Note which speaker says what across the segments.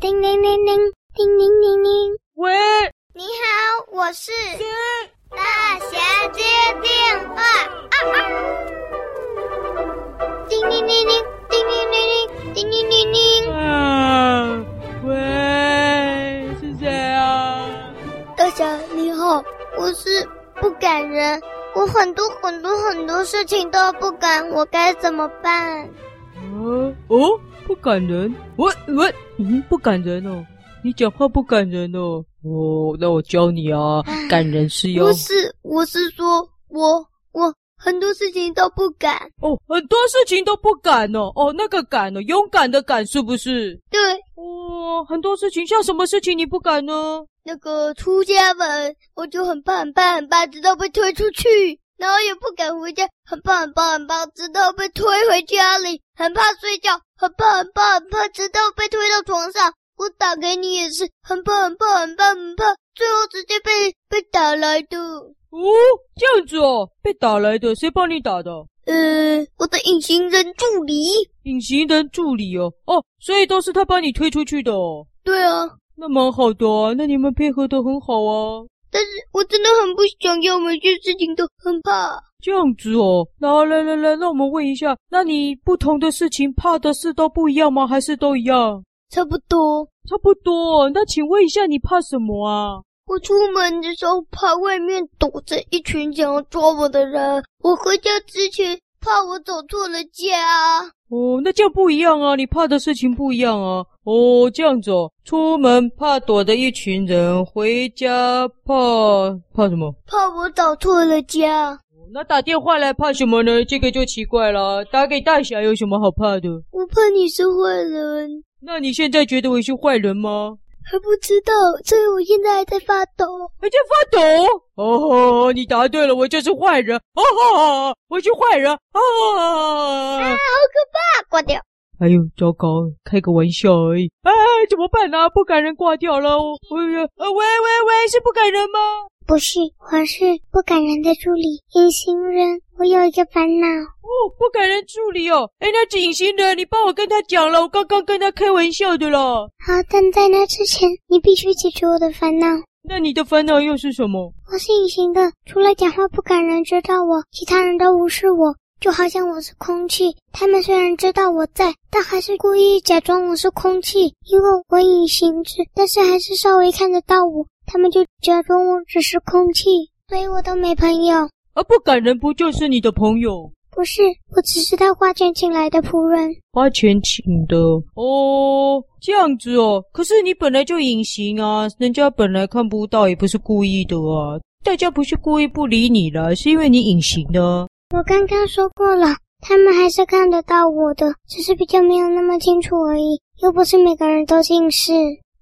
Speaker 1: 叮铃铃铃，叮铃铃铃。
Speaker 2: 喂，
Speaker 1: 你好，我是大侠接电话。啊啊！叮铃铃铃，叮铃铃铃，叮铃铃铃。
Speaker 2: 啊，喂，是谁啊？
Speaker 1: 大侠你好，我是不敢人，我很多很多很多事情都不敢，我该怎么办？
Speaker 2: 哦哦，不感人，喂喂，嗯，不感人哦，你讲话不感人哦。哦，那我教你啊，感人是要
Speaker 1: 不是，我是说，我我很多事情都不敢。
Speaker 2: 哦，很多事情都不敢哦。哦，那个敢哦，勇敢的敢是不是？
Speaker 1: 对，
Speaker 2: 哦，很多事情，像什么事情你不敢呢？
Speaker 1: 那个出家门，我就很怕很怕很怕，直到被推出去，然后也不敢回家，很怕很怕很怕，直到被推回家里，很怕睡觉，很怕很怕很怕，直到被推到床上。我打给你也是很怕很怕很怕很怕，最后直接被被打来的。
Speaker 2: 哦，这样子哦，被打来的，谁帮你打的？
Speaker 1: 呃，我的隐形人助理。
Speaker 2: 隐形人助理哦，哦，所以都是他把你推出去的哦，
Speaker 1: 对啊，
Speaker 2: 那蛮好的啊，那你们配合的很好啊。
Speaker 1: 但是我真的很不想要，每件事情都很怕。
Speaker 2: 这样子哦，那来来来，让我们问一下，那你不同的事情怕的事都不一样吗？还是都一样？
Speaker 1: 差不多。
Speaker 2: 差不多哦。那请问一下，你怕什么啊？
Speaker 1: 我出门的时候怕外面躲着一群想要抓我的人，我回家之前怕我走错了家。
Speaker 2: 哦，那这样不一样啊，你怕的事情不一样啊。哦，这样子哦，出门怕躲的一群人，回家怕怕什么？
Speaker 1: 怕我找错了家，
Speaker 2: 那打电话来怕什么呢？这个就奇怪了，打给大侠有什么好怕的？
Speaker 1: 我怕你是坏人，
Speaker 2: 那你现在觉得我是坏人吗？
Speaker 1: 还不知道，所以我现在还在发抖。
Speaker 2: 还在哎发抖？哦，你答对了，我就是坏人。哦，我是坏人。啊！
Speaker 1: 啊，挂掉！
Speaker 2: 哎呦，糟糕，开个玩笑而已。哎，怎么办呢、啊？不感人挂掉了。我哎呀，呃，喂喂喂，是不感人吗？
Speaker 1: 不是，我是不感人的助理，隐形人。我有一个烦恼，
Speaker 2: 哦，不感人助理哦。哎，那是隐形人，你帮我跟他讲了，我刚刚跟他开玩笑的啦。
Speaker 1: 好，但在那之前，你必须解决我的烦恼。
Speaker 2: 那你的烦恼又是什么？
Speaker 1: 我是隐形的，除了讲话不敢人知道我，其他人都无视我，就好像我是空气。他们虽然知道我在，但还是故意假装我是空气，因为我隐形制，但是还是稍微看得到我，他们就假装我只是空气，所以我都没朋友。
Speaker 2: 而不感人不就是你的朋友？
Speaker 1: 不是，我只是他花钱请来的仆人。
Speaker 2: 花钱请的哦，这样子哦。可是你本来就隐形啊，人家本来看不到，也不是故意的啊。大家不是故意不理你了，是因为你隐形的。
Speaker 1: 我刚刚说过了，他们还是看得到我的，只是比较没有那么清楚而已，又不是每个人都近视。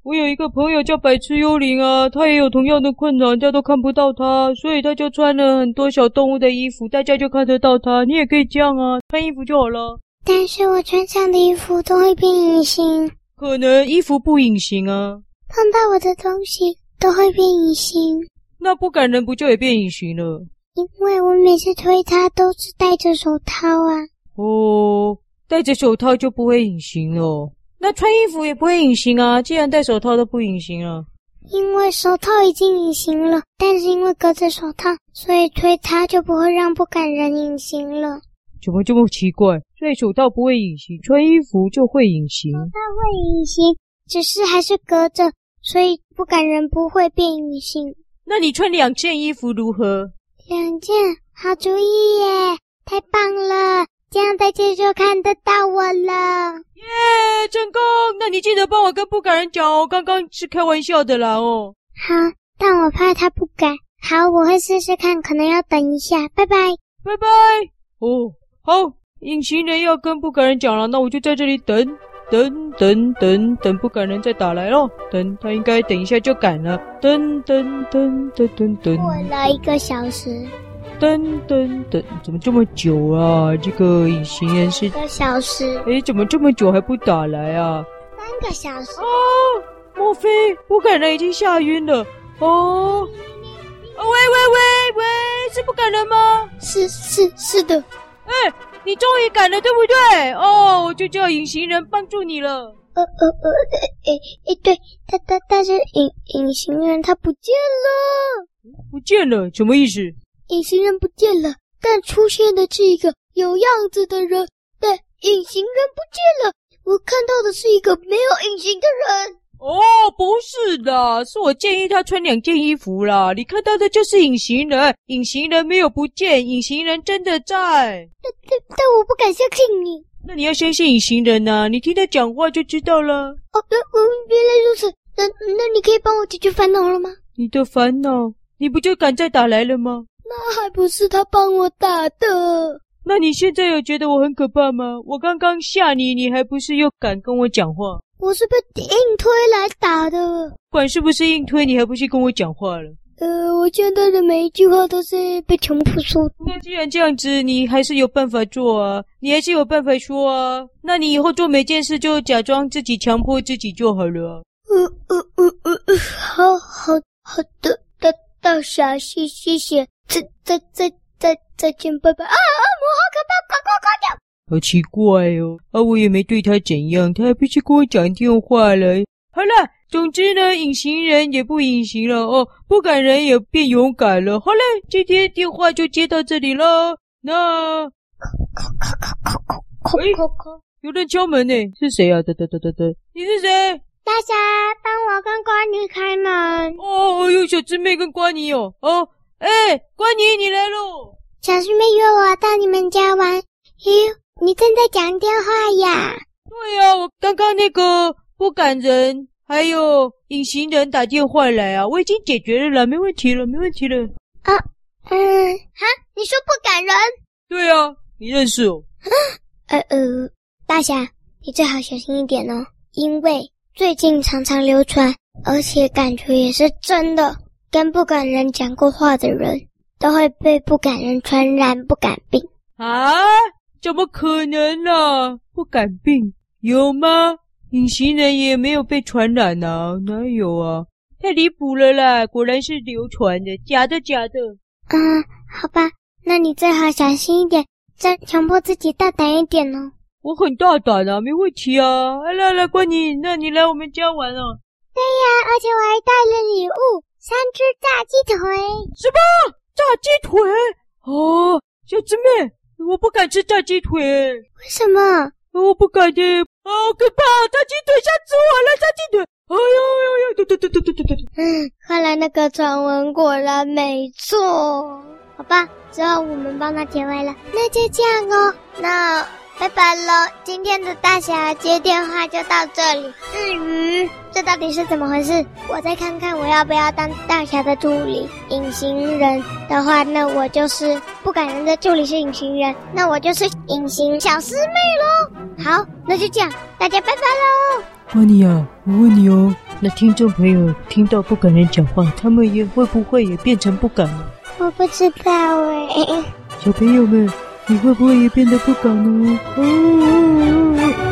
Speaker 2: 我有一个朋友叫白痴幽灵啊，他也有同样的困扰，人家都看不到他，所以他就穿了很多小动物的衣服，大家就看得到他。你也可以这样啊，穿衣服就好了。
Speaker 1: 但是我穿上的衣服都会变隐形，
Speaker 2: 可能衣服不隐形啊，
Speaker 1: 碰到我的东西都会变隐形，
Speaker 2: 那不感人不就也变隐形了？
Speaker 1: 因为我每次推它都是戴着手套啊。
Speaker 2: 哦，戴着手套就不会隐形了。那穿衣服也不会隐形啊，既然戴手套都不隐形啊了。
Speaker 1: 因为手套已经隐形了，但是因为隔着手套，所以推它就不会让不感人隐形了。
Speaker 2: 怎么这么奇怪？戴手套不会隐形，穿衣服就会隐形。
Speaker 1: 会隐形，只是还是隔着，所以不感人不会变隐形。
Speaker 2: 那你穿两件衣服如何？
Speaker 1: 两件，好主意耶！太棒了，这样大家就看得到我了。
Speaker 2: 耶、成功！那你记得帮我跟不感人讲哦，刚刚是开玩笑的啦哦。
Speaker 1: 好，但我怕他不敢。好，我会试试看，可能要等一下。拜拜。
Speaker 2: 拜拜。哦，好，隐形人要跟不感人讲了，那我就在这里等，等等等等，不感人再打来咯。等他应该等一下就赶了。等等等等等等
Speaker 1: 过了一个小时，
Speaker 2: 等等等，怎么这么久啊？这个隐形人是
Speaker 1: 一，个小时，
Speaker 2: 哎，怎么这么久还不打来啊？
Speaker 1: 三个小时
Speaker 2: 啊，，莫非不感人已经吓晕了？哦，哦喂喂喂喂，是不感人吗？
Speaker 1: 是是是的。
Speaker 2: 哎，你终于赶了，对不对？哦，我就叫隐形人帮助你了。
Speaker 1: 哦，呃呃呃，诶、诶、对，但但但是隐隐形人他不见了，
Speaker 2: 不见了，什么意思？
Speaker 1: 隐形人不见了，但出现的是一个有样子的人，但隐形人不见了，我看到的是一个没有隐形的人。
Speaker 2: 哦，不是的，是我建议他穿两件衣服啦。你看到的就是隐形人，隐形人没有不见，隐形人真的在。
Speaker 1: 但但我不敢相信你。
Speaker 2: 那你要相信隐形人啊呐、你听他讲话就知道了。
Speaker 1: 哦，原原来如此。那那你可以帮我解决烦恼了吗？
Speaker 2: 你的烦恼，你不就敢再打来了吗？
Speaker 1: 那还不是他帮我打的。
Speaker 2: 那你现在有觉得我很可怕吗？我刚刚吓你，你还不是又敢跟我讲话？
Speaker 1: 我是被硬推来打的。
Speaker 2: 不管是不是硬推，你还不是跟我讲话了？
Speaker 1: 呃，我现在的每一句话都是被强迫说的。
Speaker 2: 那既然这样子，你还是有办法做啊，你还是有办法说啊。那你以后做每件事就假装自己强迫自己就好了啊。
Speaker 1: 呃呃呃呃呃，好好好的，大大傻，谢谢谢，再再再再再见，拜拜啊！恶魔好可怕，快快快点！
Speaker 2: 好奇怪哦，啊，我也没对他怎样，他还不是跟我讲电话了。好了，总之呢，隐形人也不隐形了哦，不感人也变勇敢了。好了，今天电话就接到这里喽。那
Speaker 1: 快
Speaker 2: 喂
Speaker 1: 快快！
Speaker 2: 有人敲门呢，是谁啊？哒哒哒哒哒，你是谁？
Speaker 1: 大侠，帮我跟关女开门。
Speaker 2: 哦，有小姊妹跟瓜尼哦，哦，哎、瓜尼你来喽！
Speaker 1: 小师妹约我到你们家玩。咦，你正在讲电话呀？
Speaker 2: 对呀、我刚刚那个不感人，还有隐形人打电话来啊，我已经解决了啦，没问题了，没问题了。
Speaker 1: 嗯，哈，你说不感人？
Speaker 2: 对呀、你认识哦？
Speaker 1: 呃呃，大侠，你最好小心一点哦，因为最近常常流传，而且感觉也是真的，跟不感人讲过话的人都会被不感人传染不感病。
Speaker 2: 啊？怎么可能啊？不敢病有吗？隐形人也没有被传染啊，哪有啊？太离谱了啦！果然是流传的，假的假的。
Speaker 1: 啊、好吧，那你最好小心一点，再强迫自己大胆一点哦。
Speaker 2: 我很大胆啊，没问题啊。哎来来，关你，那你来我们家玩啊？
Speaker 1: 而且我还带了礼物，三只炸鸡腿。
Speaker 2: 什么？炸鸡腿？哦，小姊妹，我不敢吃炸鸡腿，
Speaker 1: 为什么？
Speaker 2: 我不敢的。啊，好可怕！炸鸡腿吓死我了，炸鸡腿！哎呦呦呦！对对对对对对对。
Speaker 1: 嗯， 看来那个传闻果然没错。好吧，之后我们帮他解围了。那就这样哦，那拜拜喽。今天的大侠接电话就到这里。至于这到底是怎么回事，我再看看我要不要当大侠的助理。隐形人的话，那我就是不感人的助理是隐形人，那我就是隐形小师妹喽。好，那就这样，大家拜拜喽。
Speaker 2: 关你啊，我问你哦，那听众朋友听到不敢人讲话，他们也会不会也变成不敢了？
Speaker 1: 我不知道哎。
Speaker 2: 小朋友们，你会不会也变得不敢呢？哦哦哦哦哦